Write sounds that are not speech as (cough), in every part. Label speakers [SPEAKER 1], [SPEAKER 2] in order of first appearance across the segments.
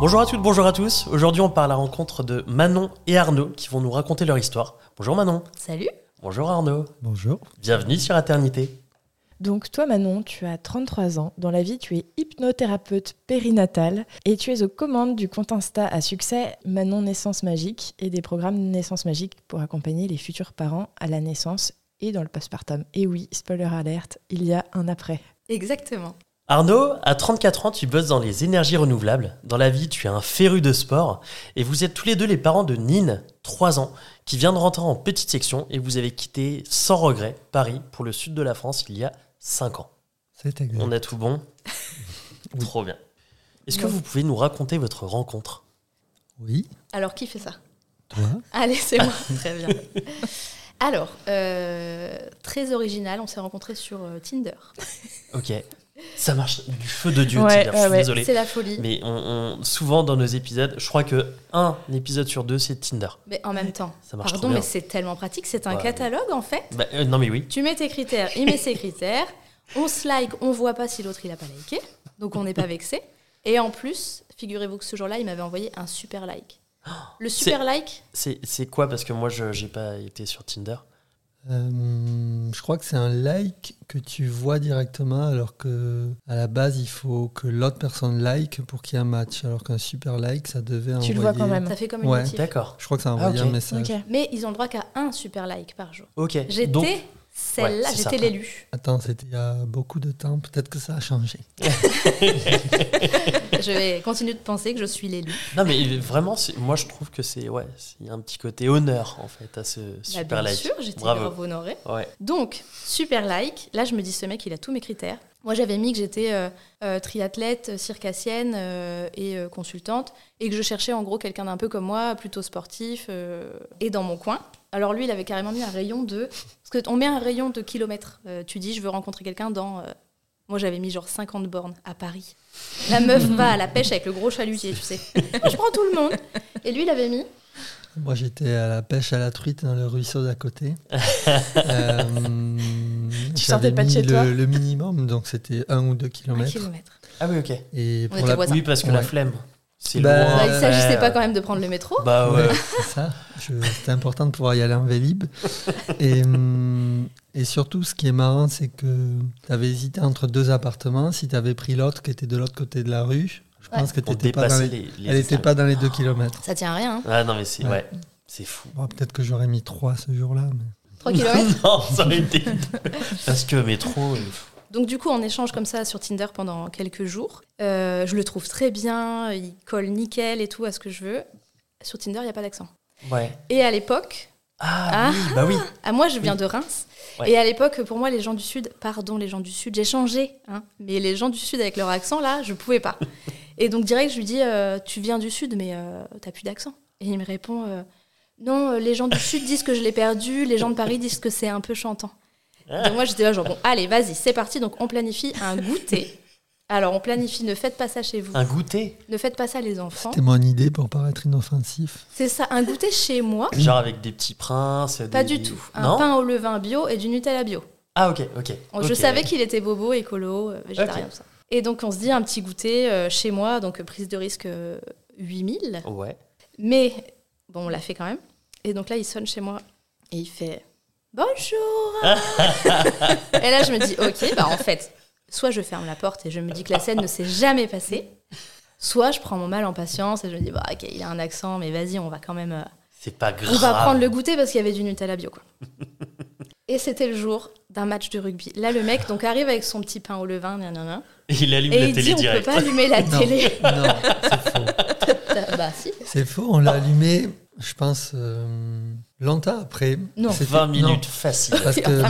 [SPEAKER 1] Bonjour à toutes, bonjour à tous. Aujourd'hui, on part à la rencontre de Manon et Arnaud qui vont nous raconter leur histoire. Bonjour Manon.
[SPEAKER 2] Salut.
[SPEAKER 1] Bonjour Arnaud.
[SPEAKER 3] Bonjour.
[SPEAKER 1] Bienvenue sur Aternité.
[SPEAKER 4] Donc toi Manon, tu as 33 ans, dans la vie tu es hypnothérapeute périnatale et tu es aux commandes du compte Insta à succès Manon Naissance Magique et des programmes Naissance Magique pour accompagner les futurs parents à la naissance et dans le postpartum. Et oui, spoiler alerte, il y a un après.
[SPEAKER 2] Exactement.
[SPEAKER 1] Arnaud, à 34 ans, tu bosses dans les énergies renouvelables. Dans la vie, tu es un féru de sport. Et vous êtes tous les deux les parents de Nine, 3 ans, qui vient de rentrer en petite section et vous avez quitté sans regret Paris pour le sud de la France il y a 5 ans.
[SPEAKER 3] C'est exact.
[SPEAKER 1] On a tout bon Trop bien. Est-ce que
[SPEAKER 2] Bon.
[SPEAKER 1] vous pouvez nous raconter votre rencontre
[SPEAKER 3] Oui,
[SPEAKER 2] Alors, qui fait ça
[SPEAKER 3] toi
[SPEAKER 2] (laughs) Allez, c'est
[SPEAKER 1] (laughs)
[SPEAKER 2] moi. Très bien. Alors, euh, très original, on s'est rencontrés sur euh, Tinder.
[SPEAKER 1] Ok. Ça marche du feu de Dieu,
[SPEAKER 4] Ouais,
[SPEAKER 1] Tinder,
[SPEAKER 4] ouais,
[SPEAKER 1] je suis
[SPEAKER 4] ouais.
[SPEAKER 1] désolé.
[SPEAKER 2] C'est la folie. Mais,
[SPEAKER 1] Mais on, on- souvent dans nos épisodes, je crois que un épisode sur deux, c'est Tinder.
[SPEAKER 2] en même temps,
[SPEAKER 1] Ça marche trop
[SPEAKER 2] pardon,
[SPEAKER 1] bien.
[SPEAKER 2] mais c'est tellement pratique. C'est un
[SPEAKER 1] Ouais.
[SPEAKER 2] catalogue, en fait.
[SPEAKER 1] Bah, euh, non mais oui.
[SPEAKER 2] Tu mets tes critères, il met ses critères. On se like, on voit pas si l'autre il a pas liké. Donc on n'est pas vexé. Et en plus, figurez-vous que ce jour-là, il m'avait envoyé un
[SPEAKER 1] (gasps)
[SPEAKER 2] super like. Le super like,
[SPEAKER 1] C'est c'est quoi Parce que moi, je j'ai pas été sur Tinder.
[SPEAKER 3] Euh, je crois que c'est un like que tu vois directement, alors que à la base, il faut que l'autre personne like pour qu'il y ait un match. Alors qu'un super like, ça devait envoyer.
[SPEAKER 4] Tu le vois quand même.
[SPEAKER 2] ça fait comme une
[SPEAKER 3] Ouais.
[SPEAKER 2] notif.
[SPEAKER 1] D'accord.
[SPEAKER 3] Je crois que ça a
[SPEAKER 1] Ah,
[SPEAKER 3] envoyé
[SPEAKER 1] ok.
[SPEAKER 3] un message.
[SPEAKER 2] Mais ils ont le droit qu'à un super like par jour.
[SPEAKER 1] Ok. Donc,
[SPEAKER 2] J'étais
[SPEAKER 1] Ouais,
[SPEAKER 2] celle-là,
[SPEAKER 1] c'est
[SPEAKER 2] j'étais
[SPEAKER 1] ça.
[SPEAKER 2] l'élu.
[SPEAKER 3] Attends, c'était il y a beaucoup de temps. Peut-être que ça a changé.
[SPEAKER 2] Je vais continuer de penser que je suis l'élu.
[SPEAKER 1] non mais vraiment, c'est- moi je trouve que c'est ouais, il y a un petit côté honneur en fait à ce
[SPEAKER 2] Bah,
[SPEAKER 1] super
[SPEAKER 2] bien
[SPEAKER 1] like.
[SPEAKER 2] sûr, j'étais
[SPEAKER 1] Bravo.
[SPEAKER 2] grave honorée.
[SPEAKER 1] Ouais.
[SPEAKER 2] Donc, super like. Là, je me dis, ce mec, il a tous mes critères. Moi, j'avais mis que j'étais euh, euh, triathlète, euh, circassienne euh, et euh, consultante, et que je cherchais en gros quelqu'un d'un peu comme moi, plutôt sportif euh, et dans mon coin. Alors lui, il avait carrément mis un rayon de... Parce qu'on met un rayon de kilomètres. Euh, tu dis, je veux rencontrer quelqu'un dans... euh, Moi, j'avais mis genre 50 bornes à Paris. La meuf va à la pêche avec le gros chalutier, tu sais. je prends tout le monde. Et lui, il avait mis...
[SPEAKER 3] Moi, j'étais à la pêche à la truite dans le ruisseau d'à côté. Euh,
[SPEAKER 4] Tu
[SPEAKER 3] j'avais
[SPEAKER 4] sortais pas de
[SPEAKER 3] mis
[SPEAKER 4] chez
[SPEAKER 3] le,
[SPEAKER 4] toi
[SPEAKER 3] le minimum, donc c'était un ou deux
[SPEAKER 2] Un
[SPEAKER 3] kilomètres.
[SPEAKER 2] kilomètre.
[SPEAKER 1] Ah oui, ok.
[SPEAKER 3] Et
[SPEAKER 2] On
[SPEAKER 3] pour
[SPEAKER 2] était
[SPEAKER 3] la
[SPEAKER 2] voisins.
[SPEAKER 1] Oui, parce que la
[SPEAKER 3] Ouais.
[SPEAKER 1] flemme, c'est
[SPEAKER 3] Bah,
[SPEAKER 1] loin.
[SPEAKER 2] Bah, il s'agissait pas
[SPEAKER 1] Ouais.
[SPEAKER 2] quand même de prendre le métro.
[SPEAKER 1] Bah ouais.
[SPEAKER 3] Ouais, c'est ça. Je- C'était important de pouvoir y aller en Vélib. Et, hum, et surtout, ce qui est marrant, c'est que tu avais hésité entre deux appartements. Si tu avais pris l'autre qui était de l'autre côté de la rue, je
[SPEAKER 2] Ouais.
[SPEAKER 3] pense que tu
[SPEAKER 1] On
[SPEAKER 3] n'étais pas dans
[SPEAKER 1] dépassait
[SPEAKER 3] les,
[SPEAKER 1] les, les
[SPEAKER 3] elle n'était
[SPEAKER 1] étapes.
[SPEAKER 3] pas dans les deux kilomètres.
[SPEAKER 2] Ça tient à rien. hein.
[SPEAKER 1] Ah non mais c'est
[SPEAKER 3] Ouais.
[SPEAKER 1] ouais, c'est fou.
[SPEAKER 3] Bon, Peut-être que j'aurais mis trois ce jour-là. mais-
[SPEAKER 2] 3 kilomètres.
[SPEAKER 1] (laughs) non, ça aurait été. Parce que métro. euh,
[SPEAKER 2] Donc du coup, on échange comme ça sur Tinder pendant quelques jours. Euh, je le trouve très bien, il colle nickel et tout à ce que je veux. Sur Tinder, il n'y a pas d'accent.
[SPEAKER 1] Ouais.
[SPEAKER 2] Et à l'époque,
[SPEAKER 1] Ah,
[SPEAKER 2] Ah.
[SPEAKER 1] oui, bah oui.
[SPEAKER 2] à moi, je viens de Reims.
[SPEAKER 1] Ouais.
[SPEAKER 2] Et à l'époque, pour moi, les gens du Sud, pardon, les gens du Sud, j'ai changé. hein, mais les gens du Sud avec leur accent, là, je pouvais
[SPEAKER 1] (laughs)
[SPEAKER 2] pas. et donc direct, je lui dis, euh, tu viens du Sud, mais euh, t'as plus d'accent. Et il me répond, euh, non, euh, les gens du Sud disent que je l'ai perdu, les gens de Paris disent que c'est un peu chantant. Donc moi, j'étais là, genre, bon, allez, vas-y, c'est parti. Donc on planifie un goûter. Alors on planifie, ne faites pas ça chez vous,
[SPEAKER 1] Un goûter,
[SPEAKER 2] ne faites pas ça les enfants.
[SPEAKER 3] C'était mon idée pour paraître inoffensif.
[SPEAKER 2] C'est ça, un goûter chez moi.
[SPEAKER 1] genre avec des petits princes.
[SPEAKER 2] Pas
[SPEAKER 1] des-
[SPEAKER 2] du tout. Un
[SPEAKER 1] Non.
[SPEAKER 2] pain au levain bio et du Nutella bio.
[SPEAKER 1] Ah ok, ok.
[SPEAKER 2] Je
[SPEAKER 1] ok.
[SPEAKER 2] savais qu'il était bobo, écolo, euh, végétarien, tout ça. Et donc, on se dit un petit goûter euh, chez moi, donc euh, prise de risque euh, 8000.
[SPEAKER 1] Ouais.
[SPEAKER 2] Mais bon, on l'a fait quand même. Et donc là, il sonne chez moi et il fait
[SPEAKER 1] (laughs)
[SPEAKER 2] Bonjour Et là, je me dis Ok, bah en fait, soit je ferme la porte et je me dis que la scène ne s'est jamais passée, soit je prends mon mal en patience et je me dis Bah, ok, il a un accent, mais vas-y, on va quand même. euh,
[SPEAKER 1] C'est pas grave.
[SPEAKER 2] on va prendre le goûter parce qu'il y avait du Nutella bio, quoi. et c'était le jour d'un match de rugby. Là, le mec donc arrive avec son petit pain au levain, gna, gna, gna,
[SPEAKER 1] Il allume
[SPEAKER 2] et
[SPEAKER 1] la
[SPEAKER 2] il
[SPEAKER 1] télé
[SPEAKER 2] dit on peut
[SPEAKER 1] direct.
[SPEAKER 2] pas
[SPEAKER 1] (laughs)
[SPEAKER 2] allumer la
[SPEAKER 3] Non,
[SPEAKER 2] télé.
[SPEAKER 3] non, c'est faux.
[SPEAKER 2] bah si.
[SPEAKER 3] C'est faux, on l'a allumé, je pense, euh, longtemps après.
[SPEAKER 2] Non.
[SPEAKER 3] C'était-
[SPEAKER 1] 20
[SPEAKER 3] non, (laughs)
[SPEAKER 1] minutes facile.
[SPEAKER 3] Parce que, euh,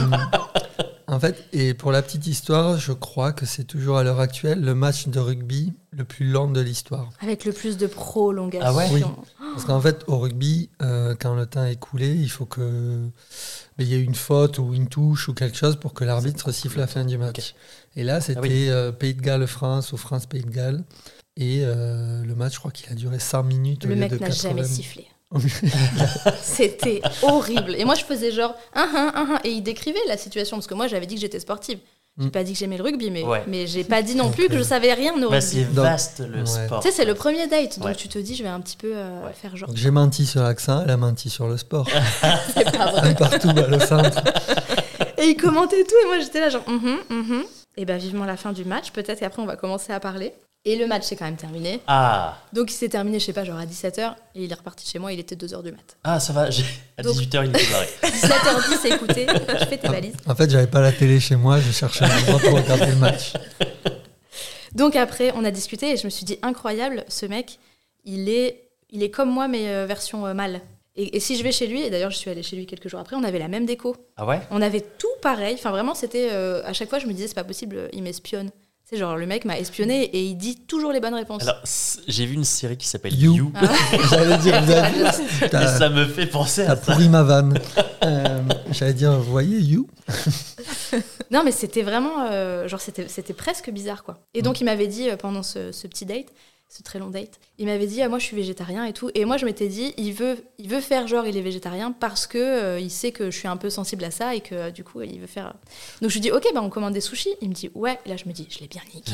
[SPEAKER 3] en En fait, et pour la petite histoire, je crois que c'est toujours à l'heure actuelle le match de rugby le plus long de l'histoire.
[SPEAKER 2] Avec le plus de prolongation.
[SPEAKER 1] Ah ouais
[SPEAKER 3] Oui. Parce qu'en fait, au rugby, euh, quand le temps est coulé, il faut que mais il y ait une faute ou une touche ou quelque chose pour que l'arbitre siffle la fin du match. Et là, c'était
[SPEAKER 1] Ah oui.
[SPEAKER 3] euh, Pays de Galles-France ou France-Pays de Galles. Et euh, le match, je crois qu'il a duré 100 minutes. au
[SPEAKER 2] Le
[SPEAKER 3] lieu
[SPEAKER 2] mec
[SPEAKER 3] de
[SPEAKER 2] n'a jamais
[SPEAKER 3] 80.
[SPEAKER 2] sifflé. (laughs) C'était horrible. Et moi, je faisais genre hein, un, un, un, un. Et il décrivait la situation parce que moi, j'avais dit que j'étais sportive. J'ai
[SPEAKER 3] Mm.
[SPEAKER 2] pas dit que j'aimais le rugby, mais,
[SPEAKER 1] Ouais.
[SPEAKER 2] mais j'ai pas dit non plus
[SPEAKER 3] Donc,
[SPEAKER 2] que je
[SPEAKER 3] euh,
[SPEAKER 2] savais rien au
[SPEAKER 1] Bah,
[SPEAKER 2] rugby.
[SPEAKER 1] c'est
[SPEAKER 2] Tu
[SPEAKER 3] Donc-
[SPEAKER 1] vaste le
[SPEAKER 3] Ouais.
[SPEAKER 1] sport.
[SPEAKER 2] sais, c'est le premier date, donc
[SPEAKER 1] Ouais.
[SPEAKER 2] tu te dis, je vais un petit peu euh, faire genre.
[SPEAKER 3] Donc, J'ai menti sur l'accent, elle a menti sur le sport.
[SPEAKER 2] (laughs) C'est pas vrai.
[SPEAKER 3] Un partout à le centre.
[SPEAKER 2] Et il commentait tout, et moi j'étais là genre, mhm, mhm. Et ben vivement la fin du match, peut-être qu'après on va commencer à parler. Et le match s'est quand même terminé.
[SPEAKER 1] Ah,
[SPEAKER 2] Donc il s'est terminé, je sais pas, genre à 17h, et il est reparti chez moi, il était 2h du mat.
[SPEAKER 1] ah, ça va. (laughs) j'ai- À
[SPEAKER 2] Donc-
[SPEAKER 1] 18h, il est barré.
[SPEAKER 2] 17h10, écoutez, je
[SPEAKER 3] Ah.
[SPEAKER 2] fais tes valises.
[SPEAKER 3] En fait, j'avais pas la télé chez moi, je cherchais un endroit pour regarder le match.
[SPEAKER 2] Donc après, on a discuté, et je me suis dit, incroyable, ce mec, il est, il est comme moi, mais euh, version euh, mâle. Et, et si je vais chez lui, et d'ailleurs je suis allée chez lui quelques jours après, on avait la même déco.
[SPEAKER 1] Ah
[SPEAKER 2] (laughs)
[SPEAKER 1] ouais
[SPEAKER 2] On avait tout pareil. Enfin, vraiment, c'était. euh, à chaque fois, je me disais, c'est pas possible, euh, il m'espionne. C'est genre, le mec m'a espionné et il dit toujours les bonnes réponses.
[SPEAKER 1] Alors, c- j'ai vu une série qui s'appelle
[SPEAKER 3] You.
[SPEAKER 1] You.
[SPEAKER 2] Ah.
[SPEAKER 3] J'allais dire, vous avez vu
[SPEAKER 1] Et
[SPEAKER 3] T'as
[SPEAKER 1] ça me fait penser
[SPEAKER 3] t'as
[SPEAKER 1] à ça.
[SPEAKER 3] pourri ma vanne. Euh, J'allais dire, vous voyez, you
[SPEAKER 2] non, mais c'était vraiment. euh, genre, c'était c'était presque bizarre, quoi. Et donc, il m'avait dit, euh, pendant ce, ce petit date, ce très long date, il m'avait dit, ah, moi, je suis végétarien et tout. Et moi, je m'étais dit, il veut, il veut faire genre, il est végétarien parce que euh, il sait que je suis un peu sensible à ça et que, euh, du coup, il veut faire. Donc, je lui dis, ok, bah, on commande des sushis. Il me dit, ouais. Et là, je me dis, je l'ai bien niqué.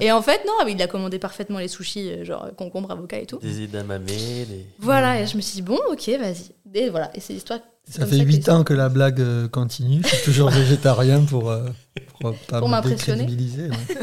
[SPEAKER 2] et en fait, non, il a commandé parfaitement les sushis, euh, genre, concombre, avocat et tout.
[SPEAKER 1] Des edamame, des.
[SPEAKER 2] Voilà, et je me suis dit, bon, ok, vas-y. Et voilà, et c'est l'histoire. c'est
[SPEAKER 3] Ça
[SPEAKER 2] comme que-
[SPEAKER 3] fait 8 ans que la blague euh, continue. Je suis toujours végétarien pour, euh, pour pas
[SPEAKER 2] Pour
[SPEAKER 3] me
[SPEAKER 2] m'impressionner.
[SPEAKER 3] décrédibiliser. ouais.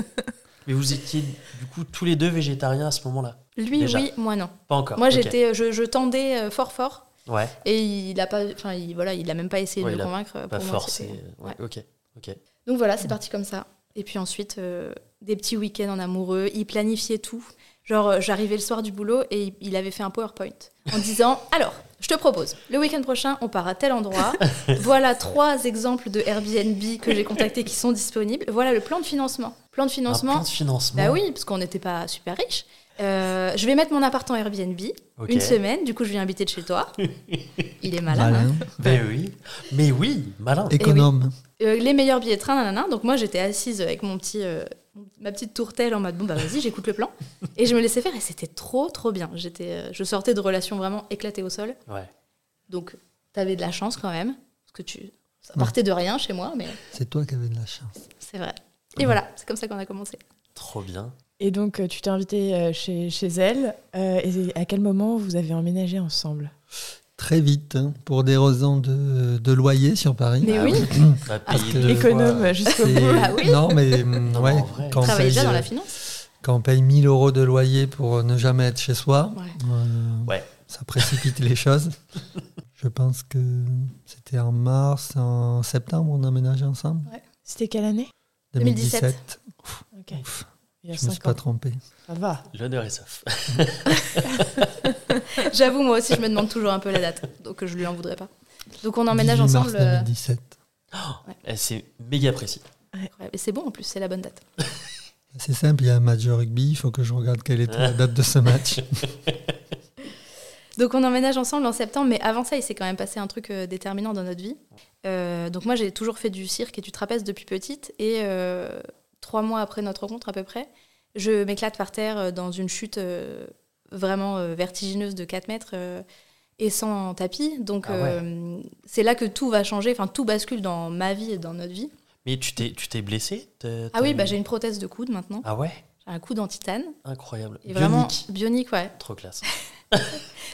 [SPEAKER 1] Mais vous étiez du coup tous les deux végétariens à ce moment-là
[SPEAKER 2] Lui,
[SPEAKER 1] Déjà.
[SPEAKER 2] oui, moi non.
[SPEAKER 1] Pas encore.
[SPEAKER 2] Moi,
[SPEAKER 1] ok.
[SPEAKER 2] j'étais, je, je tendais euh, fort, fort,
[SPEAKER 1] Ouais,
[SPEAKER 2] et il a pas, enfin, il, voilà, il a même pas essayé
[SPEAKER 1] Ouais,
[SPEAKER 2] de
[SPEAKER 1] il
[SPEAKER 2] me
[SPEAKER 1] a
[SPEAKER 2] convaincre. euh,
[SPEAKER 1] pas
[SPEAKER 2] pour moi,
[SPEAKER 1] forcé.
[SPEAKER 2] c'était-
[SPEAKER 1] Ouais,
[SPEAKER 2] ouais.
[SPEAKER 1] ok. ok.
[SPEAKER 2] Donc voilà, c'est parti comme ça. Et puis ensuite, euh, des petits week-ends en amoureux, il planifiait tout. Genre, euh, j'arrivais le soir du boulot et il, il avait fait un PowerPoint en disant (laughs) Alors, je te propose, le week-end prochain, on part à
[SPEAKER 1] (laughs)
[SPEAKER 2] tel endroit. Voilà trois exemples de Airbnb que j'ai contactés qui sont disponibles. Voilà le plan de financement. Plan de
[SPEAKER 1] Un
[SPEAKER 2] financement,
[SPEAKER 1] Ah, plan de financement.
[SPEAKER 2] Bah oui, parce qu'on n'était pas super riches. Euh, je vais mettre mon appart en Airbnb
[SPEAKER 1] Ok.
[SPEAKER 2] une semaine, du coup je viens habiter de
[SPEAKER 1] (laughs)
[SPEAKER 2] chez toi. Il est malin. hein.
[SPEAKER 3] Malin.
[SPEAKER 1] Mais Bah oui. Mais oui,
[SPEAKER 2] Eh
[SPEAKER 1] malin.
[SPEAKER 3] Économe.
[SPEAKER 2] Euh, les meilleurs billets de train, nanana. Donc moi j'étais assise avec mon petit, euh, ma petite tourtelle en mode bon bah vas-y j'écoute le
[SPEAKER 3] (laughs)
[SPEAKER 2] plan et je me laissais faire et c'était trop trop bien. J'étais, euh, je sortais de relations vraiment éclatées au sol.
[SPEAKER 1] Ouais.
[SPEAKER 2] Donc t'avais de la chance quand même parce que tu, ça
[SPEAKER 3] Ouais.
[SPEAKER 2] partait de rien chez moi, mais
[SPEAKER 3] C'est toi qui avais de la chance.
[SPEAKER 2] c'est vrai. Et voilà, c'est comme ça qu'on a commencé.
[SPEAKER 1] Trop bien.
[SPEAKER 4] Et donc, euh, tu t'es invité euh, chez, chez elle. euh, et à quel moment vous avez emménagé ensemble
[SPEAKER 3] Très vite, hein, pour des raisons de, de loyer sur Paris.
[SPEAKER 2] Mais
[SPEAKER 1] Ah
[SPEAKER 2] oui, (laughs)
[SPEAKER 1] On va
[SPEAKER 3] Parce
[SPEAKER 1] payer
[SPEAKER 3] que-
[SPEAKER 1] deux
[SPEAKER 4] Économe
[SPEAKER 1] fois.
[SPEAKER 4] jusqu'au
[SPEAKER 3] Euh, C'est-
[SPEAKER 4] bout.
[SPEAKER 2] Ah oui.
[SPEAKER 3] Non, mais mm,
[SPEAKER 1] Non,
[SPEAKER 3] ouais,
[SPEAKER 1] en vrai.
[SPEAKER 3] quand,
[SPEAKER 2] on
[SPEAKER 3] on
[SPEAKER 2] travaillait
[SPEAKER 3] paye,
[SPEAKER 2] déjà dans la
[SPEAKER 3] euh,
[SPEAKER 2] finance.
[SPEAKER 3] quand on paye 1000 euros de loyer pour euh, ne jamais être chez soi,
[SPEAKER 2] Ouais.
[SPEAKER 3] euh,
[SPEAKER 1] Ouais.
[SPEAKER 3] ça précipite les choses.
[SPEAKER 1] (laughs)
[SPEAKER 3] Je pense que c'était en mars, en septembre, on a emménagé ensemble.
[SPEAKER 4] C'était quelle année
[SPEAKER 2] 2017.
[SPEAKER 3] Ouf,
[SPEAKER 4] Ok.
[SPEAKER 3] ouf,
[SPEAKER 4] Il y a
[SPEAKER 3] je me suis
[SPEAKER 4] cinq
[SPEAKER 3] pas
[SPEAKER 4] ans.
[SPEAKER 3] trompé.
[SPEAKER 4] Ça va.
[SPEAKER 1] L'honneur est sauf.
[SPEAKER 2] (laughs) J'avoue, moi aussi, je me demande toujours un peu la date, donc euh, je lui en voudrais pas. Donc on emménage
[SPEAKER 3] 18
[SPEAKER 2] ensemble.
[SPEAKER 3] Mars
[SPEAKER 2] euh,
[SPEAKER 3] 2017.
[SPEAKER 1] Eh, C'est méga précis.
[SPEAKER 2] incroyable. Et c'est bon en plus, c'est la bonne date.
[SPEAKER 3] C'est simple, il y a un match de rugby, il faut que je regarde quelle était la date de
[SPEAKER 4] (laughs)
[SPEAKER 3] ce match.
[SPEAKER 2] Donc on emménage ensemble en septembre, mais avant ça, il s'est quand même passé un truc euh, déterminant dans notre vie. Euh, donc moi, j'ai toujours fait du cirque et du trapèze depuis petite, et euh, trois mois après notre rencontre à peu près, je m'éclate par terre euh, dans une chute euh, vraiment euh, vertigineuse de 4 mètres. euh, et sans tapis, donc
[SPEAKER 1] Ah ouais.
[SPEAKER 2] euh, c'est là que tout va changer, enfin tout bascule dans ma vie et dans notre vie.
[SPEAKER 1] Mais tu t'es tu t'es blessé t'as-
[SPEAKER 2] Ah
[SPEAKER 1] t'as
[SPEAKER 2] oui,
[SPEAKER 1] eu-
[SPEAKER 2] bah, j'ai une prothèse de coude maintenant,
[SPEAKER 1] Ah ouais
[SPEAKER 2] j'ai un coude en titane,
[SPEAKER 1] Incroyable.
[SPEAKER 2] Et vraiment
[SPEAKER 1] Bionique.
[SPEAKER 2] bionique, ouais.
[SPEAKER 1] Trop classe.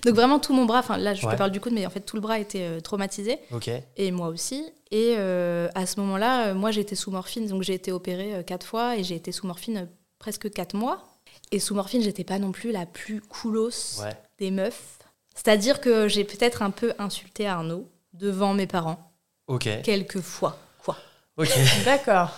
[SPEAKER 2] Donc vraiment tout mon bras, enfin là je
[SPEAKER 1] Ouais.
[SPEAKER 2] te parle du coude, mais en fait tout le bras était euh, traumatisé,
[SPEAKER 1] Ok.
[SPEAKER 2] et moi aussi. Et euh, à ce moment-là, euh, moi j'étais sous morphine, donc j'ai été opérée euh, quatre fois, et j'ai été sous morphine euh, presque quatre mois. Et sous morphine, j'étais pas non plus la plus coolos
[SPEAKER 1] Ouais.
[SPEAKER 2] des meufs. C'est-à-dire que j'ai peut-être un peu insulté Arnaud devant mes parents,
[SPEAKER 1] Ok.
[SPEAKER 2] quelques fois, quoi.
[SPEAKER 1] Ok.
[SPEAKER 4] D'accord.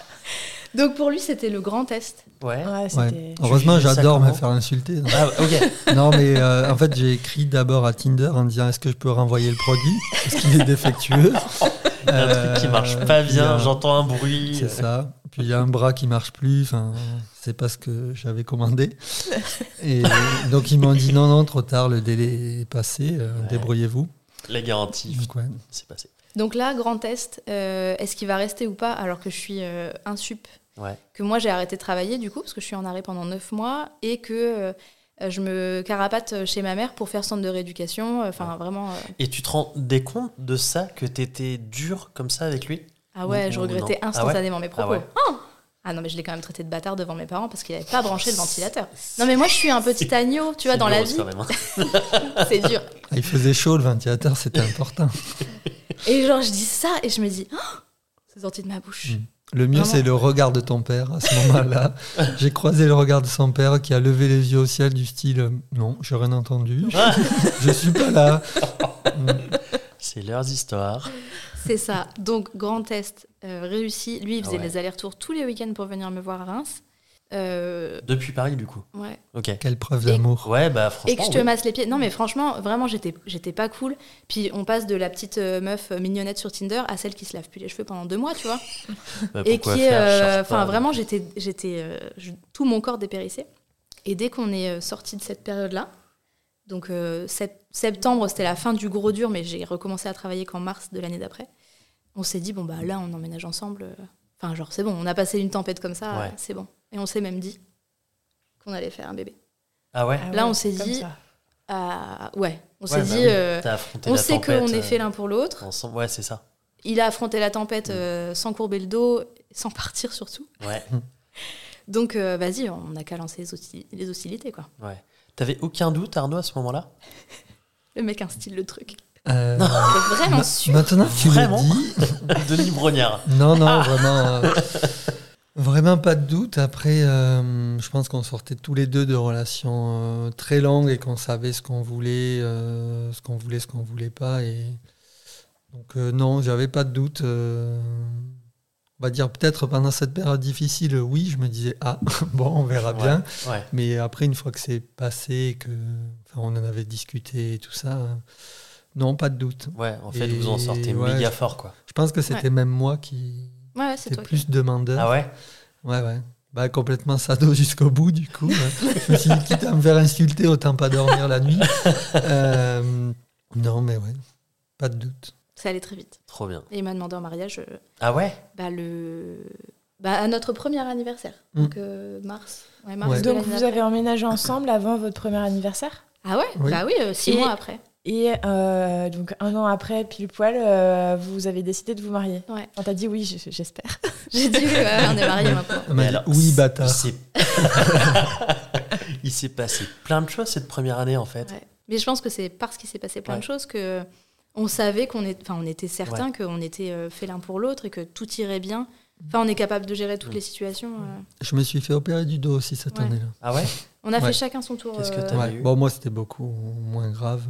[SPEAKER 2] Donc pour lui, c'était le grand test.
[SPEAKER 1] Ouais.
[SPEAKER 4] Ouais,
[SPEAKER 3] Ouais.
[SPEAKER 4] c'était-
[SPEAKER 3] Heureusement,
[SPEAKER 1] Tu vivais ça
[SPEAKER 3] j'adore me
[SPEAKER 1] comment
[SPEAKER 3] faire insulter.
[SPEAKER 1] Ah, ok.
[SPEAKER 3] Non, mais euh, en fait, j'ai écrit d'abord à Tinder en disant est-ce que je peux renvoyer le produit Parce qu'il est défectueux.
[SPEAKER 1] (laughs) Il y a un truc qui marche pas
[SPEAKER 3] Euh,
[SPEAKER 1] bien,
[SPEAKER 3] puis, euh,
[SPEAKER 1] j'entends un bruit.
[SPEAKER 3] C'est ça. Puis il y a un bras qui marche plus. Enfin, c'est pas ce que j'avais commandé. Et donc ils m'ont dit non, non, trop tard, le délai est passé. euh,
[SPEAKER 1] Ouais.
[SPEAKER 3] Débrouillez-vous.
[SPEAKER 1] Euh, La garantie,
[SPEAKER 3] Donc, ouais.
[SPEAKER 1] c'est passé.
[SPEAKER 2] Donc là, grand test, euh, est-ce qu'il va rester ou pas alors que je suis euh, insup
[SPEAKER 1] Ouais.
[SPEAKER 2] Que moi, j'ai arrêté de travailler du coup, parce que je suis en arrêt pendant 9 mois et que euh, je me carapate euh, chez ma mère pour faire centre de rééducation. Enfin, vraiment. euh,
[SPEAKER 1] Et tu te rendais compte de ça, que t'étais dur comme ça avec lui
[SPEAKER 2] Ah ouais,
[SPEAKER 1] Ou-
[SPEAKER 2] je
[SPEAKER 1] ou
[SPEAKER 2] regrettais
[SPEAKER 1] non. Ah ouais
[SPEAKER 2] instantanément mes propos. Ah,
[SPEAKER 1] ouais.
[SPEAKER 2] Ah non, mais je l'ai quand même traité de bâtard devant mes parents parce qu'il n'avait
[SPEAKER 1] (laughs)
[SPEAKER 2] pas branché le ventilateur. Non, mais moi, je suis un petit agneau, tu vois,
[SPEAKER 1] C'est
[SPEAKER 2] dans la
[SPEAKER 1] dur,
[SPEAKER 2] vie.
[SPEAKER 1] quand même, hein.
[SPEAKER 2] C'est
[SPEAKER 1] (laughs)
[SPEAKER 2] dur.
[SPEAKER 3] Ah, il faisait chaud, le ventilateur, c'était important.
[SPEAKER 2] Et genre, je dis ça et je me dis, Ah c'est sorti de ma bouche.
[SPEAKER 3] Mm. Le mieux,
[SPEAKER 2] Vraiment.
[SPEAKER 3] c'est le regard de ton père à ce moment-là. J'ai croisé le regard de son père qui a levé les yeux au ciel du style euh, non, j'ai rien entendu. je suis pas là.
[SPEAKER 1] C'est leurs histoires.
[SPEAKER 2] C'est ça. Donc, grand test euh, réussi. Lui, il faisait
[SPEAKER 1] Ah ouais.
[SPEAKER 2] les allers-retours tous les week-ends pour venir me voir à Reims. Euh,
[SPEAKER 1] Depuis Paris, du coup.
[SPEAKER 2] ouais.
[SPEAKER 1] Ok.
[SPEAKER 3] Quelle preuve d'amour.
[SPEAKER 1] Ouais, bah franchement.
[SPEAKER 2] Et que je te
[SPEAKER 1] oui.
[SPEAKER 2] masse les pieds. Non, mais franchement, vraiment, j'étais j'étais pas cool. Puis on passe de la petite euh, meuf mignonnette sur Tinder à celle qui se lave plus les cheveux pendant deux mois, tu vois.
[SPEAKER 1] Bah,
[SPEAKER 2] et
[SPEAKER 1] pourquoi
[SPEAKER 2] qui est,
[SPEAKER 1] faire,
[SPEAKER 2] euh,
[SPEAKER 1] cherche
[SPEAKER 2] enfin
[SPEAKER 1] pas.
[SPEAKER 2] vraiment, j'étais, j'étais, euh, je- tout mon corps dépérissait. Et dès qu'on est euh, sorti de cette période-là, donc euh, sept- septembre, c'était la fin du gros dur, mais j'ai recommencé à travailler qu'en mars de l'année d'après. On s'est dit bon bah là, on emménage ensemble. euh, Enfin genre c'est bon, on a passé une tempête comme ça,
[SPEAKER 1] Ouais.
[SPEAKER 2] euh, c'est bon. Et on s'est même dit qu'on allait faire un bébé.
[SPEAKER 1] Ah ouais.
[SPEAKER 4] Ah
[SPEAKER 2] Là,
[SPEAKER 4] ouais,
[SPEAKER 2] on s'est
[SPEAKER 4] comme
[SPEAKER 2] dit-
[SPEAKER 4] ça.
[SPEAKER 2] Ah, ouais, on s'est
[SPEAKER 1] Ouais, bah
[SPEAKER 2] dit,
[SPEAKER 1] oui,
[SPEAKER 2] euh,
[SPEAKER 1] t'as affronté
[SPEAKER 2] on
[SPEAKER 1] la
[SPEAKER 2] sait qu'on
[SPEAKER 1] tempête,
[SPEAKER 2] est fait
[SPEAKER 1] euh,
[SPEAKER 2] l'un pour l'autre.
[SPEAKER 1] ensemble. Ouais, c'est ça.
[SPEAKER 2] Il a affronté la tempête euh, sans courber le dos, sans (laughs) partir surtout.
[SPEAKER 1] Ouais,
[SPEAKER 2] (laughs) Donc euh, vas-y, on n'a qu'à lancer les, hosti- les hostilités, quoi.
[SPEAKER 1] ouais. T'avais aucun doute, Arnaud, à ce moment-là (laughs)
[SPEAKER 2] Le mec instille le truc.
[SPEAKER 3] Euh,
[SPEAKER 2] C'est vraiment
[SPEAKER 3] ma-
[SPEAKER 2] sûr.
[SPEAKER 3] maintenant que tu
[SPEAKER 1] Vraiment
[SPEAKER 3] le dis,
[SPEAKER 1] Denis Brognard.
[SPEAKER 3] Non, non, vraiment. euh, vraiment pas de doute. Après, euh, je pense qu'on sortait tous les deux de relations euh, très longues et qu'on savait ce qu'on voulait, euh, ce qu'on voulait, ce qu'on voulait pas. Et... Donc, euh, non, j'avais pas de doute. euh, On va dire peut-être pendant cette période difficile, oui, je me disais, ah, (laughs) bon, on verra
[SPEAKER 1] Ouais.
[SPEAKER 3] bien.
[SPEAKER 1] Ouais.
[SPEAKER 3] Mais après, une fois que c'est passé, et que enfin, on en avait discuté et tout ça, euh, non, pas de doute.
[SPEAKER 1] Ouais, en fait,
[SPEAKER 3] Et
[SPEAKER 1] vous en sortez
[SPEAKER 3] ouais,
[SPEAKER 1] méga
[SPEAKER 3] je-
[SPEAKER 1] fort, quoi.
[SPEAKER 3] Je pense que c'était même moi qui
[SPEAKER 2] Ouais, ouais, c'est
[SPEAKER 3] était
[SPEAKER 2] toi.
[SPEAKER 3] plus demandeur.
[SPEAKER 1] Ah ouais
[SPEAKER 3] Ouais, ouais. Bah, complètement sado (laughs) jusqu'au bout, du coup. ouais. je me suis dit, quitte à me faire insulter, autant pas dormir la nuit. Euh, non, mais ouais, pas de doute.
[SPEAKER 2] Ça allait très vite.
[SPEAKER 1] Trop bien.
[SPEAKER 2] Et il m'a demandé en mariage, euh,
[SPEAKER 1] Ah ouais
[SPEAKER 2] bah, le... bah, à notre premier anniversaire.
[SPEAKER 3] Mm.
[SPEAKER 2] Donc euh, mars. Ouais, mars
[SPEAKER 3] Ouais.
[SPEAKER 2] de
[SPEAKER 4] Donc
[SPEAKER 2] l'année
[SPEAKER 4] vous
[SPEAKER 2] d'après.
[SPEAKER 4] avez emménagé ensemble avant votre premier anniversaire
[SPEAKER 2] Ah ouais
[SPEAKER 3] Oui.
[SPEAKER 2] Bah oui, euh, six
[SPEAKER 4] Et-
[SPEAKER 2] mois après. (laughs)
[SPEAKER 4] et euh, donc un an après, pile poil, euh, vous avez décidé de vous marier.
[SPEAKER 2] Ouais.
[SPEAKER 4] On t'a dit oui, j- j'espère.
[SPEAKER 2] J'ai dit, ouais, ouais, on est mariés maintenant.
[SPEAKER 3] Elle m'a dit, oui,
[SPEAKER 1] il
[SPEAKER 3] bâtard.
[SPEAKER 1] s'est- (laughs) Il s'est passé plein de choses cette première année, en fait.
[SPEAKER 2] Ouais. Mais je pense que c'est parce qu'il s'est passé plein de
[SPEAKER 1] Ouais.
[SPEAKER 2] choses que on savait qu'on est, enfin, on était certain qu'on était euh, fait l'un pour l'autre et que tout irait bien. Enfin, on est capable de gérer toutes
[SPEAKER 1] Mm.
[SPEAKER 2] les situations. euh.
[SPEAKER 3] Je me suis fait opérer du dos aussi cette
[SPEAKER 2] Ouais.
[SPEAKER 3] année-là.
[SPEAKER 1] Ah ouais
[SPEAKER 2] On a
[SPEAKER 3] Ouais.
[SPEAKER 2] fait chacun son tour.
[SPEAKER 1] Qu'est-ce que
[SPEAKER 2] euh,
[SPEAKER 1] t'as- T'avais
[SPEAKER 3] Ouais.
[SPEAKER 1] eu
[SPEAKER 3] Bon, moi, c'était beaucoup moins grave.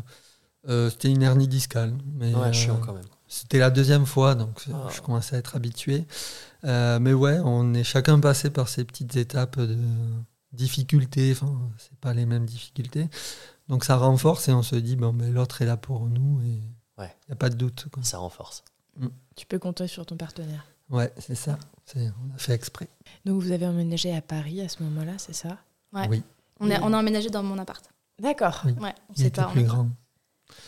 [SPEAKER 3] Euh, c'était une hernie discale. Mais,
[SPEAKER 1] Ouais, chiant
[SPEAKER 3] euh,
[SPEAKER 1] quand même.
[SPEAKER 3] C'était la deuxième fois, donc
[SPEAKER 1] Ah.
[SPEAKER 3] je commençais à être habitué. Euh, mais ouais, on est chacun passé par ces petites étapes de difficultés. Enfin, c'est pas les mêmes difficultés. Donc ça renforce et on se dit, bon, mais l'autre est là pour nous et il
[SPEAKER 1] Ouais.
[SPEAKER 3] n'y a pas de doute. quoi.
[SPEAKER 1] Ça renforce.
[SPEAKER 4] Tu peux compter sur ton partenaire.
[SPEAKER 3] Ouais, c'est ça. C'est- On a fait exprès.
[SPEAKER 4] Donc vous avez emménagé à Paris à ce moment-là, c'est ça
[SPEAKER 2] Ouais.
[SPEAKER 3] Oui,
[SPEAKER 2] On a, on a emménagé dans mon appart.
[SPEAKER 4] D'accord.
[SPEAKER 3] Oui.
[SPEAKER 2] Ouais, on
[SPEAKER 3] il
[SPEAKER 2] sait
[SPEAKER 3] était
[SPEAKER 2] pas.
[SPEAKER 3] plus grand.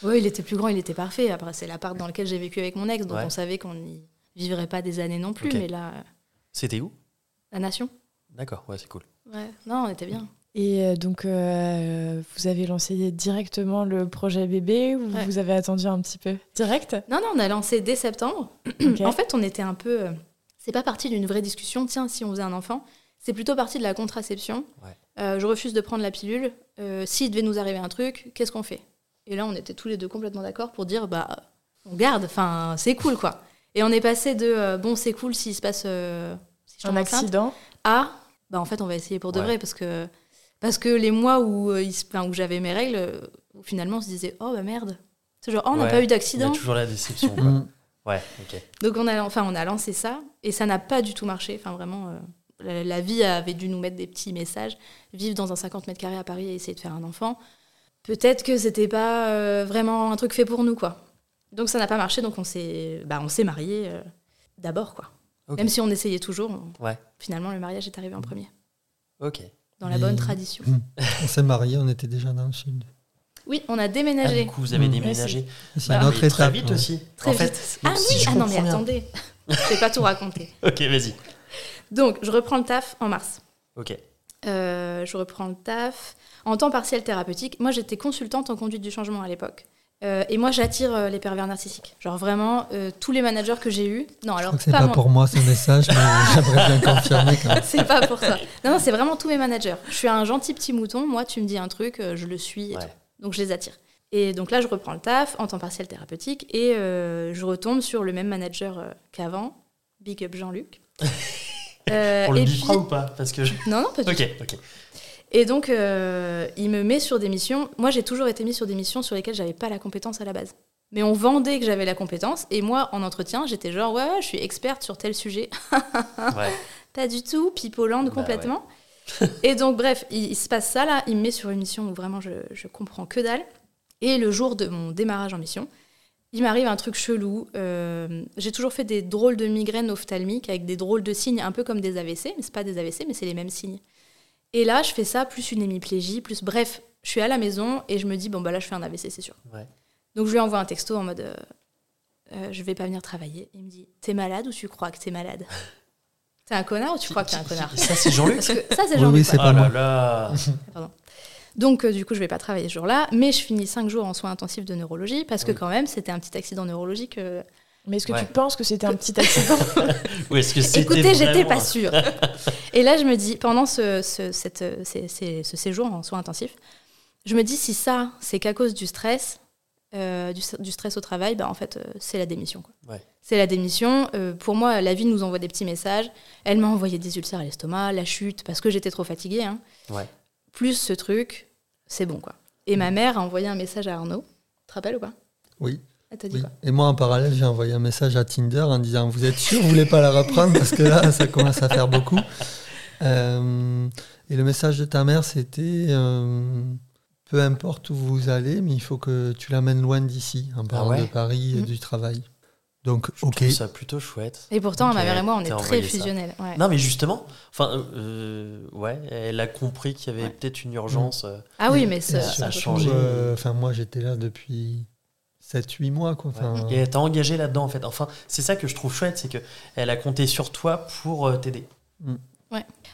[SPEAKER 2] Oui, il était plus grand, il était parfait. Après, c'est l'appart dans lequel j'ai vécu avec mon ex, donc
[SPEAKER 1] Ouais.
[SPEAKER 2] on savait qu'on n'y vivrait pas des années non plus.
[SPEAKER 1] Ok.
[SPEAKER 2] Mais là, euh,
[SPEAKER 1] C'était où
[SPEAKER 2] la nation.
[SPEAKER 1] D'accord, ouais, c'est cool.
[SPEAKER 2] Ouais. Non, on était
[SPEAKER 3] Mm.
[SPEAKER 2] bien.
[SPEAKER 4] Et euh, donc euh, vous avez lancé directement le projet bébé ou
[SPEAKER 2] Ouais.
[SPEAKER 4] vous avez attendu un petit peu Direct
[SPEAKER 2] Non, non, on a lancé dès septembre.
[SPEAKER 4] Ok. (clears throat)
[SPEAKER 2] En fait, on était un peu. euh, C'est pas parti d'une vraie discussion. Tiens, si on faisait un enfant, c'est plutôt parti de la contraception.
[SPEAKER 1] Ouais.
[SPEAKER 2] Euh, je refuse de prendre la pilule. Euh, S'il devait nous arriver un truc, qu'est-ce qu'on fait Et là, on était tous les deux complètement d'accord pour dire bah, on garde. Enfin, c'est cool, quoi. Et on est passé de euh, bon, c'est cool s'il se passe euh, si je
[SPEAKER 4] un
[SPEAKER 2] tombe enceinte,
[SPEAKER 4] accident
[SPEAKER 2] à bah en fait on va essayer pour de
[SPEAKER 1] Ouais.
[SPEAKER 2] vrai parce que parce que les mois où euh, il se- enfin, où j'avais mes règles euh, où finalement on se disait oh bah merde c'est genre oh, on n'a
[SPEAKER 1] Ouais,
[SPEAKER 2] pas eu
[SPEAKER 1] Il y a
[SPEAKER 2] d'accident
[SPEAKER 1] toujours la
[SPEAKER 3] (laughs)
[SPEAKER 1] déception, quoi.
[SPEAKER 3] Mm.
[SPEAKER 1] Ouais, ok.
[SPEAKER 2] donc on a enfin on a lancé ça et ça n'a pas du tout marché enfin vraiment euh, la, la vie avait dû nous mettre des petits messages. Vivre dans un 50 mètres carrés à Paris et essayer de faire un enfant, peut-être que c'était pas euh, vraiment un truc fait pour nous, quoi. Donc ça n'a pas marché, donc on s'est bah, on s'est mariés euh, d'abord, quoi.
[SPEAKER 1] Ok.
[SPEAKER 2] Même si on essayait toujours, on-
[SPEAKER 1] Ouais.
[SPEAKER 2] finalement le mariage est arrivé en premier,
[SPEAKER 1] Ok. Ah,
[SPEAKER 2] dans la
[SPEAKER 3] Mais-
[SPEAKER 2] bonne tradition.
[SPEAKER 3] On s'est mariés, on était déjà dans le sud.
[SPEAKER 2] Oui, on a
[SPEAKER 1] Ah,
[SPEAKER 2] déménagé.
[SPEAKER 1] du coup, vous avez
[SPEAKER 3] Mm.
[SPEAKER 1] déménagé. Bah,
[SPEAKER 3] C'est
[SPEAKER 2] Ah,
[SPEAKER 3] une
[SPEAKER 1] Mais
[SPEAKER 3] autre étape.
[SPEAKER 1] Très vite
[SPEAKER 3] ouais.
[SPEAKER 1] aussi.
[SPEAKER 2] Très
[SPEAKER 1] en fait,
[SPEAKER 2] vite.
[SPEAKER 1] donc,
[SPEAKER 2] ah
[SPEAKER 1] si
[SPEAKER 2] oui,
[SPEAKER 1] je (laughs)
[SPEAKER 2] ah non mais
[SPEAKER 1] comprends bien-
[SPEAKER 2] attendez, je vais pas tout raconter.
[SPEAKER 1] Ok, vas-y.
[SPEAKER 2] Donc je reprends le taf en mars.
[SPEAKER 1] Ok.
[SPEAKER 2] Euh, je reprends le taf. En temps partiel thérapeutique, moi j'étais consultante en conduite du changement à l'époque. Euh, et moi j'attire euh, les pervers narcissiques. Genre vraiment, euh, tous les managers que j'ai eus. Non, alors
[SPEAKER 3] Je
[SPEAKER 1] hein.
[SPEAKER 3] crois que c'est pas,
[SPEAKER 2] moi. (laughs)
[SPEAKER 3] pour moi ce message, mais j'aimerais bien confirmer quand même.
[SPEAKER 2] c'est pas pour ça. Non, non, c'est vraiment tous mes managers. Je suis un gentil petit mouton. Moi, tu me dis un truc, euh, je le suis et
[SPEAKER 1] Ouais.
[SPEAKER 2] tout. Donc, je les attire. Et donc là, je reprends le taf en temps partiel thérapeutique et euh, je retombe sur le même manager euh, qu'avant. Big up
[SPEAKER 3] (laughs)
[SPEAKER 2] Jean-Luc. Euh,
[SPEAKER 1] On le
[SPEAKER 2] et
[SPEAKER 1] bipera
[SPEAKER 2] puis-
[SPEAKER 1] ou pas Parce que. je-
[SPEAKER 2] Non, non, pas du
[SPEAKER 1] Ok, ok.
[SPEAKER 2] et donc, euh, il me met sur des missions. Moi, j'ai toujours été mis sur des missions sur lesquelles j'avais pas la compétence à la base. Mais on vendait que j'avais la compétence. Et moi, en entretien, j'étais genre, ouais, ouais, je suis experte sur tel sujet. (laughs)
[SPEAKER 1] Ouais.
[SPEAKER 2] pas du tout, pipolande
[SPEAKER 1] Bah ouais.
[SPEAKER 2] complètement. et donc, bref, il, il se passe ça là. Il me met sur une mission où vraiment je, je comprends que dalle. Et le jour de mon démarrage en mission, il m'arrive un truc chelou. Euh, j'ai toujours fait des drôles de migraines ophtalmiques avec des drôles de signes, un peu comme des AVC, mais c'est pas des AVC, mais c'est les mêmes signes. Et là, je fais ça, plus une hémiplégie, plus bref, je suis à la maison et je me dis, bon, bah là, je fais un AVC, c'est sûr.
[SPEAKER 1] Ouais.
[SPEAKER 2] Donc, je lui envoie un texto en mode, euh, Euh, je vais pas venir travailler. Il me dit, t'es malade ou tu crois que t'es malade T'es un connard ou tu crois que t'es un connard
[SPEAKER 1] Ça, c'est Jean-Luc.
[SPEAKER 2] Parce que ça, c'est
[SPEAKER 3] Oui,
[SPEAKER 2] genre.
[SPEAKER 3] oui, c'est
[SPEAKER 1] Ah
[SPEAKER 3] pas
[SPEAKER 1] là
[SPEAKER 3] moi. (laughs)
[SPEAKER 1] là.
[SPEAKER 2] Donc, euh, du coup, je vais pas travailler ce jour-là, mais je finis 5 jours en soins intensifs de neurologie parce que,
[SPEAKER 1] Oui.
[SPEAKER 2] quand même, c'était un petit accident neurologique. euh.
[SPEAKER 4] Mais est-ce que
[SPEAKER 1] Ouais.
[SPEAKER 4] tu penses que c'était un (laughs) petit accident
[SPEAKER 1] Ou est-ce que c'était.
[SPEAKER 2] Écoutez, j'étais
[SPEAKER 1] vraiment-
[SPEAKER 2] pas sûre. (laughs) Et là, je me dis, pendant ce, ce- cette, euh, ces- ces- ce séjour en soins intensifs, je me dis, si ça, c'est qu'à cause du stress, euh, du, du stress au travail, bah, en fait, euh, c'est la démission. quoi.
[SPEAKER 1] Ouais.
[SPEAKER 2] C'est la démission. Euh, pour moi, la vie nous envoie des petits messages. Elle m'a envoyé des ulcères à l'estomac, la chute, parce que j'étais trop fatiguée. hein.
[SPEAKER 1] Ouais.
[SPEAKER 2] Plus ce truc, c'est bon, quoi. Et ma mère a envoyé un message à Arnaud. Tu te rappelles ou pas
[SPEAKER 3] Oui.
[SPEAKER 2] Elle t'a dit
[SPEAKER 3] Oui.
[SPEAKER 2] quoi
[SPEAKER 3] Et moi, en parallèle, j'ai envoyé un message à Tinder en disant Vous êtes sûr, vous voulez pas la reprendre Parce que là, ça commence à faire beaucoup. Euh, et le message de ta mère, c'était euh, Peu importe où vous allez, mais il faut que tu l'amènes loin d'ici, en parlant
[SPEAKER 1] Ah ouais
[SPEAKER 3] de Paris et
[SPEAKER 2] Mhm.
[SPEAKER 3] du travail. Donc,
[SPEAKER 1] Je
[SPEAKER 3] ok.
[SPEAKER 1] trouve ça plutôt chouette.
[SPEAKER 2] Et pourtant,
[SPEAKER 1] Ok,
[SPEAKER 2] ma mère et moi, on
[SPEAKER 1] t'as
[SPEAKER 2] est très
[SPEAKER 1] envoyé ça.
[SPEAKER 2] fusionnels. ouais.
[SPEAKER 1] Non, mais justement, enfin, euh, euh, ouais, elle a compris qu'il y avait peut-être une urgence. euh,
[SPEAKER 3] Mmh.
[SPEAKER 2] Ah oui, mais
[SPEAKER 3] Et
[SPEAKER 2] ce-
[SPEAKER 1] Ça a
[SPEAKER 3] surtout,
[SPEAKER 1] changé.
[SPEAKER 3] euh, Enfin, moi, j'étais là depuis 7-8 mois, quoi.
[SPEAKER 1] ouais.
[SPEAKER 3] Enfin,
[SPEAKER 1] Et elle t'a engagé là-dedans, en fait. Enfin, c'est ça que je trouve chouette, c'est que elle a compté sur toi pour euh, t'aider.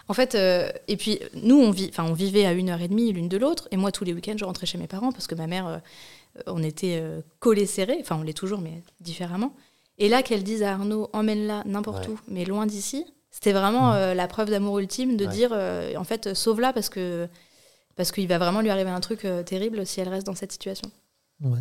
[SPEAKER 2] En fait, euh, et puis nous, on, vit, enfin, on vivait à une heure et demie l'une de l'autre, et moi, tous les week-ends, je rentrais chez mes parents parce que ma mère, euh, on était euh, collés serrés, enfin, on l'est toujours, mais différemment. Et là, qu'elle dise à Arnaud, emmène-la n'importe
[SPEAKER 1] Ouais. Mm.
[SPEAKER 2] où, mais loin d'ici, c'était vraiment euh, la preuve d'amour ultime de
[SPEAKER 1] Ouais.
[SPEAKER 2] dire, euh, en fait, sauve-la parce que parce qu'il va vraiment lui arriver un truc euh, terrible si elle reste dans cette situation.
[SPEAKER 3] ouais.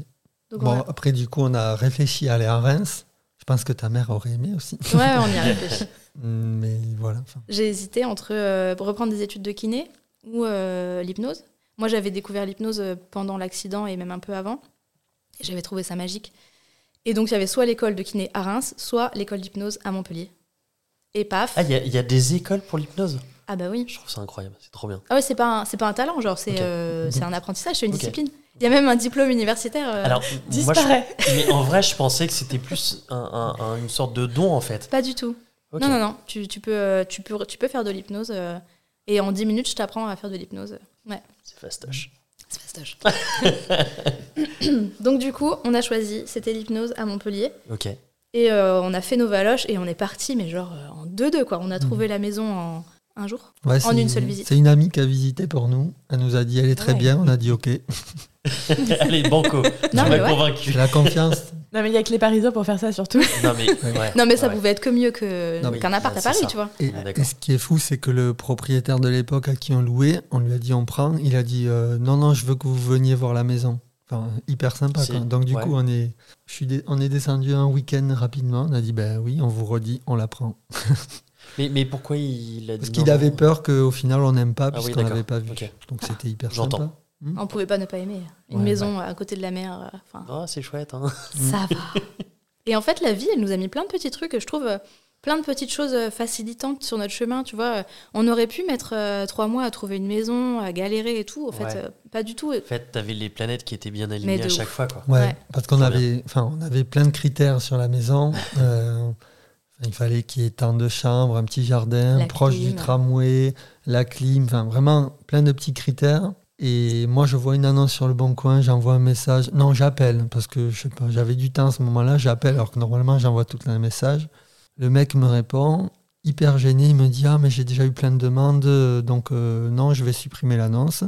[SPEAKER 2] Donc,
[SPEAKER 3] Bon,
[SPEAKER 2] voilà.
[SPEAKER 3] après, du coup, on a réfléchi à aller à Reims. Je pense que ta mère aurait aimé aussi.
[SPEAKER 2] Ouais,
[SPEAKER 1] (laughs)
[SPEAKER 2] on y a réfléchi.
[SPEAKER 3] Mais voilà. enfin,
[SPEAKER 2] J'ai hésité entre euh, reprendre des études de kiné ou euh, l'hypnose. Moi, j'avais découvert l'hypnose euh, pendant l'accident et même un peu avant. Et j'avais trouvé ça magique. Et donc, il y avait soit l'école de kiné à Reims, soit l'école d'hypnose à Montpellier. Et paf.
[SPEAKER 1] Ah, il y, a- il y a des écoles pour l'hypnose
[SPEAKER 2] Ah bah oui.
[SPEAKER 1] Je trouve ça incroyable, c'est trop bien.
[SPEAKER 2] Ah ouais, c'est pas un, c'est pas un talent, genre, c'est
[SPEAKER 1] Ok.
[SPEAKER 2] euh, c'est un apprentissage, c'est une
[SPEAKER 1] Ok.
[SPEAKER 2] discipline. Il y a même un diplôme universitaire. euh,
[SPEAKER 1] Alors, moi, je-
[SPEAKER 4] Disparaît.
[SPEAKER 1] mais en vrai, je pensais que c'était plus un- un- un- une sorte de don, en fait.
[SPEAKER 2] Pas du tout.
[SPEAKER 1] Ok.
[SPEAKER 2] Non, non, non. Tu, tu peux, euh, tu, peux, tu peux faire de l'hypnose. euh, et en 10 minutes, je t'apprends à faire de l'hypnose. Ouais.
[SPEAKER 1] C'est fastoche.
[SPEAKER 2] C'est fastoche. (laughs) Donc du coup, on a choisi, c'était l'hypnose à Montpellier.
[SPEAKER 1] Ok. (laughs)
[SPEAKER 2] Et euh, on a fait nos valoches et on est parti, mais genre euh, en deux-deux, quoi.
[SPEAKER 1] Mhm.
[SPEAKER 2] On a trouvé la maison en un jour.
[SPEAKER 3] ouais,
[SPEAKER 2] En
[SPEAKER 3] c'est-
[SPEAKER 2] une seule visite.
[SPEAKER 3] C'est une amie qui a visité pour nous. Elle nous a dit elle est très
[SPEAKER 4] Ouais.
[SPEAKER 3] bien. On a
[SPEAKER 1] (laughs)
[SPEAKER 3] dit ok.
[SPEAKER 1] Allez, banco. tu
[SPEAKER 2] mais
[SPEAKER 1] m'as
[SPEAKER 2] ouais.
[SPEAKER 3] J'ai
[SPEAKER 1] convaincu.
[SPEAKER 3] la confiance.
[SPEAKER 4] Non, mais il y a que les Parisiens pour faire ça, (laughs) surtout.
[SPEAKER 1] Non, mais, ouais.
[SPEAKER 2] Non, mais ça
[SPEAKER 1] Ouais.
[SPEAKER 2] pouvait être que mieux que-
[SPEAKER 3] Non,
[SPEAKER 2] qu'un
[SPEAKER 1] mais-
[SPEAKER 2] appart
[SPEAKER 1] ouais,
[SPEAKER 2] à
[SPEAKER 1] c'est
[SPEAKER 2] Paris,
[SPEAKER 1] ça.
[SPEAKER 2] tu vois.
[SPEAKER 3] Et,
[SPEAKER 1] Ah, d'accord.
[SPEAKER 3] et ce qui est fou, c'est que le propriétaire de l'époque à qui on louait, on lui a dit on prend. Il a dit euh, non, non, je veux que vous veniez voir la maison. Enfin, hyper sympa.
[SPEAKER 1] Si,
[SPEAKER 3] quoi. Donc, du
[SPEAKER 1] ouais.
[SPEAKER 3] coup, on est, je suis dé- on est descendu un week-end rapidement. On a dit ben oui, on vous redit, on la prend.
[SPEAKER 1] Mais, mais pourquoi il a dit
[SPEAKER 3] Parce
[SPEAKER 1] non
[SPEAKER 3] qu'il avait peur qu'au final, on n'aime pas
[SPEAKER 1] Ah oui,
[SPEAKER 3] puisqu'on
[SPEAKER 1] d'accord.
[SPEAKER 3] l'avait pas vu.
[SPEAKER 1] Ok.
[SPEAKER 3] Donc, c'était hyper
[SPEAKER 1] J'entends.
[SPEAKER 3] sympa.
[SPEAKER 2] On pouvait pas ne pas aimer. Une
[SPEAKER 3] Ouais,
[SPEAKER 2] maison à côté de la mer, euh, enfin,
[SPEAKER 1] Ah, c'est Oh, chouette, hein. (laughs)
[SPEAKER 2] ça va. Et en fait, la vie, elle nous a mis plein de petits trucs, je trouve, euh, plein de petites choses euh, facilitantes sur notre chemin, tu vois. On aurait pu mettre euh, trois mois à trouver une maison, à galérer et tout. En fait,
[SPEAKER 1] Ouais.
[SPEAKER 2] euh, pas du tout.
[SPEAKER 1] En fait, t'avais les planètes qui étaient bien alignées
[SPEAKER 2] de
[SPEAKER 1] à
[SPEAKER 2] ouf.
[SPEAKER 1] chaque fois, quoi.
[SPEAKER 3] Ouais,
[SPEAKER 2] Ouais.
[SPEAKER 3] parce qu'on
[SPEAKER 1] Trop bien.
[SPEAKER 3] avait, enfin, on avait plein de critères sur la maison. Euh, il fallait qu'il y ait tant de chambres, un petit jardin,
[SPEAKER 2] La
[SPEAKER 3] proche du
[SPEAKER 2] clim.
[SPEAKER 3] tramway, la clim, enfin vraiment plein de petits critères. Et moi, je vois une annonce sur le bon coin, j'envoie un message. Non, j'appelle parce que je sais pas, j'avais du temps à ce moment-là, j'appelle alors que normalement j'envoie tout un message. Le mec me répond, hyper gêné, il me dit ah mais j'ai déjà eu plein de demandes, euh, donc euh, non, je vais supprimer l'annonce.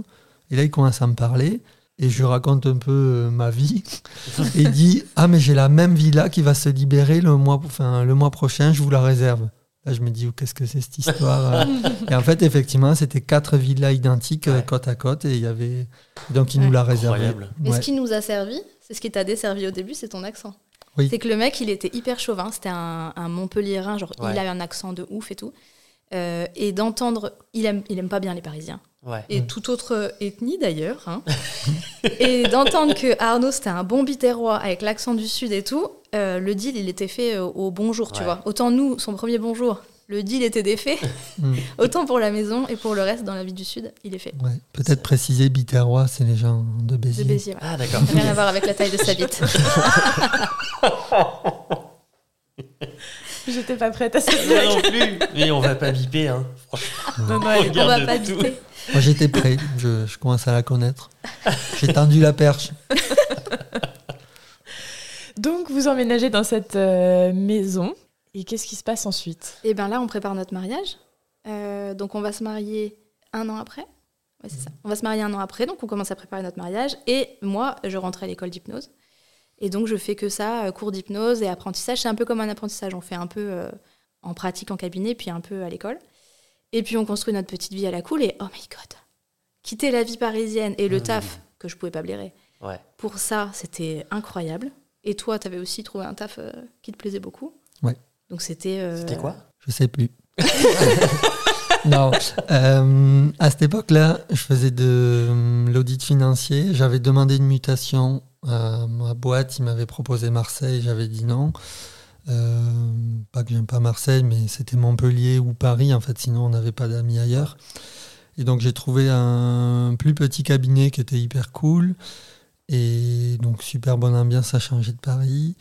[SPEAKER 3] Et là, il commence à me parler et je lui raconte un peu euh, ma vie (laughs) et il dit ah mais j'ai la même villa qui va se libérer le mois enfin le mois prochain je vous la réserve là je me dis oh, qu'est-ce que c'est cette histoire euh
[SPEAKER 2] (laughs)
[SPEAKER 3] et en fait effectivement c'était quatre villas identiques euh,
[SPEAKER 1] Ouais.
[SPEAKER 3] côte à côte et il y avait donc il nous
[SPEAKER 2] Ouais.
[SPEAKER 3] l'a réservé
[SPEAKER 1] Incroyable.
[SPEAKER 2] Mais ce qui nous a servi, c'est ce qui t'a desservi au début, c'est ton accent.
[SPEAKER 3] Oui.
[SPEAKER 2] C'est que le mec, il était hyper chauvin. C'était un, un Montpelliérain, genre
[SPEAKER 1] Ouais.
[SPEAKER 2] il avait un accent de ouf et tout. Euh, et d'entendre, il aime, il aime pas bien les Parisiens
[SPEAKER 1] Ouais.
[SPEAKER 2] et toute autre ethnie d'ailleurs. hein. (laughs) et d'entendre que Arnaud c'était un bon biterrois avec l'accent du sud et tout, euh, le deal il était fait euh, au bonjour, tu
[SPEAKER 1] Ouais.
[SPEAKER 2] vois. Autant nous, son premier bonjour, le deal était défait,
[SPEAKER 3] Mm.
[SPEAKER 2] (laughs) autant pour la maison et pour le reste dans la vie du sud, il est fait.
[SPEAKER 3] Ouais. peut-être préciser Biterrois c'est les gens de
[SPEAKER 2] De
[SPEAKER 3] Béziers,
[SPEAKER 2] Béziers, ouais.
[SPEAKER 1] Ah, d'accord.
[SPEAKER 2] Rien à voir avec la taille de sa bite.
[SPEAKER 4] J'étais pas prête à ça.
[SPEAKER 1] (laughs) Moi non plus. Mais on va pas biper, hein. Franchement,
[SPEAKER 4] Non, non, elle-
[SPEAKER 2] On va
[SPEAKER 1] regarde
[SPEAKER 2] pas
[SPEAKER 1] tout.
[SPEAKER 2] habiter.
[SPEAKER 3] moi j'étais prêt je, je commence à la connaître j'ai tendu la perche
[SPEAKER 4] Donc, vous emménagez dans cette euh, maison. Et qu'est-ce qui se passe ensuite
[SPEAKER 2] Et bien là, on prépare notre mariage. Euh, donc on va se marier un an après. Ouais, c'est ça. On va se marier un an après, donc on commence à préparer notre mariage. Et moi, je rentre à l'école d'hypnose. Et donc je fais que ça, euh, cours d'hypnose et apprentissage. C'est un peu comme un apprentissage. On fait un peu euh, en pratique en cabinet, puis un peu à l'école. Et puis on construit notre petite vie à la cool. Et oh my god, quitter la vie parisienne et le
[SPEAKER 1] Mmh.
[SPEAKER 2] taf que je pouvais pas blairer.
[SPEAKER 1] Ouais.
[SPEAKER 2] Pour ça, c'était incroyable. Et toi, t'avais aussi trouvé un taf euh, qui te plaisait beaucoup.
[SPEAKER 3] Ouais.
[SPEAKER 2] Donc c'était. euh,
[SPEAKER 1] C'était quoi
[SPEAKER 3] je sais plus (laughs) non euh, à cette époque là je faisais de euh, l'audit financier j'avais demandé une mutation à ma boîte, il m'avait proposé Marseille, j'avais dit non. Euh, pas que j'aime pas Marseille, mais c'était Montpellier ou Paris, en fait, sinon on n'avait pas d'amis ailleurs. Et donc j'ai trouvé un plus petit cabinet qui était hyper cool. Et donc super bonne ambiance à changer de Paris.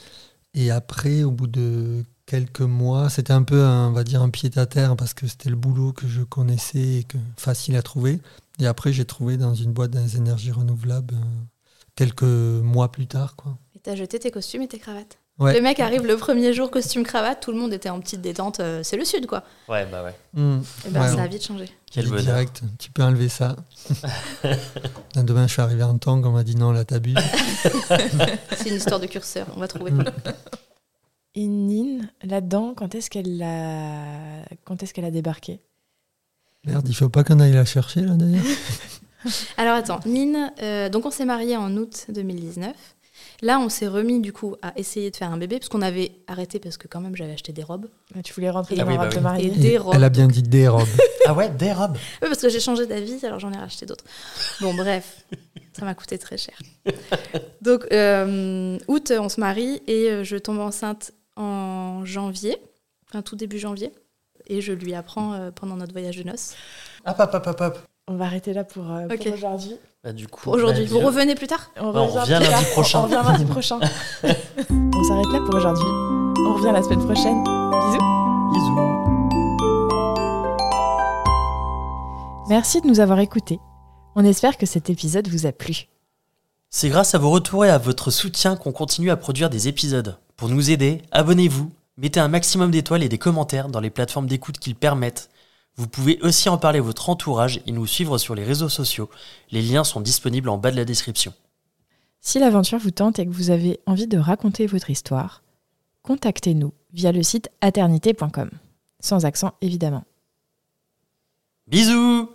[SPEAKER 3] Et après, au bout de quelques mois, c'était un peu, un, on va dire, un pied-à-terre parce que c'était le boulot que je connaissais et que facile à trouver. Et après, j'ai trouvé dans une boîte des énergies renouvelables euh, quelques mois plus tard, quoi.
[SPEAKER 2] Et t'as jeté tes costumes et tes cravates.
[SPEAKER 3] Ouais.
[SPEAKER 2] Le mec arrive le premier jour, costume, cravate, tout le monde était en petite détente. euh, c'est le sud, quoi.
[SPEAKER 1] Ouais, bah ouais.
[SPEAKER 3] Hmm.
[SPEAKER 2] Et ben,
[SPEAKER 3] Ouais.
[SPEAKER 2] ça a vite changé.
[SPEAKER 1] Quel
[SPEAKER 3] J'ai dit
[SPEAKER 1] bonheur.
[SPEAKER 3] direct, tu peux
[SPEAKER 1] (laughs)
[SPEAKER 3] enlever ça. Là, demain, je suis arrivé en tang, on m'a dit non, là, t'abuses.
[SPEAKER 2] C'est une histoire de curseur, on va trouver.
[SPEAKER 3] Mm.
[SPEAKER 4] Et Nine, là-dedans, quand est-ce qu'elle a... Quand est-ce qu'elle a débarqué
[SPEAKER 3] Merde, il faut pas qu'on aille la chercher, là, d'ailleurs.
[SPEAKER 2] Alors attends, Nine, euh, donc on s'est mariés en août 2019. Là, on s'est remis du coup à essayer de faire un bébé, parce qu'on avait arrêté, parce que quand même j'avais acheté des robes.
[SPEAKER 4] Ah, Tu voulais rentrer
[SPEAKER 2] Ah
[SPEAKER 4] dans
[SPEAKER 1] oui,
[SPEAKER 4] la robe
[SPEAKER 1] bah
[SPEAKER 4] de
[SPEAKER 1] oui.
[SPEAKER 4] mariée
[SPEAKER 2] Et- Des
[SPEAKER 3] Et
[SPEAKER 2] robes,
[SPEAKER 3] Elle a bien dit des robes.
[SPEAKER 1] Ah ouais, des robes.
[SPEAKER 2] Oui, parce que j'ai changé d'avis, alors j'en ai racheté d'autres. Bon, bref, ça m'a coûté très cher. Donc, euh, août, on se marie et euh, je tombe enceinte en janvier, enfin tout début janvier. Et je lui apprends euh, pendant notre voyage de noces.
[SPEAKER 1] Hop, hop, hop, hop, hop.
[SPEAKER 4] On va arrêter là pour, euh, pour
[SPEAKER 2] Ok.
[SPEAKER 4] aujourd'hui.
[SPEAKER 1] Bah, du coup.
[SPEAKER 2] Pour aujourd'hui,
[SPEAKER 1] bah,
[SPEAKER 2] vous
[SPEAKER 1] dis-
[SPEAKER 2] revenez plus tard
[SPEAKER 4] On,
[SPEAKER 1] Bah, on
[SPEAKER 4] revient
[SPEAKER 1] revient
[SPEAKER 4] plus
[SPEAKER 1] lundi
[SPEAKER 4] tard.
[SPEAKER 1] prochain.
[SPEAKER 4] On revient lundi
[SPEAKER 1] (laughs)
[SPEAKER 4] prochain. on s'arrête là pour aujourd'hui. On revient la semaine prochaine. Bisous.
[SPEAKER 1] Bisous.
[SPEAKER 4] Merci de nous avoir écoutés. On espère que cet épisode vous a plu.
[SPEAKER 1] C'est grâce à vos retours et à votre soutien qu'on continue à produire des épisodes. Pour nous aider, abonnez-vous, mettez un maximum d'étoiles et des commentaires dans les plateformes d'écoute qu'ils permettent. Vous pouvez aussi en parler à votre entourage et nous suivre sur les réseaux sociaux. Les liens sont disponibles en bas de la description.
[SPEAKER 4] Si l'aventure vous tente et que vous avez envie de raconter votre histoire, contactez-nous via le site aternité.com. Sans accent, évidemment.
[SPEAKER 1] Bisous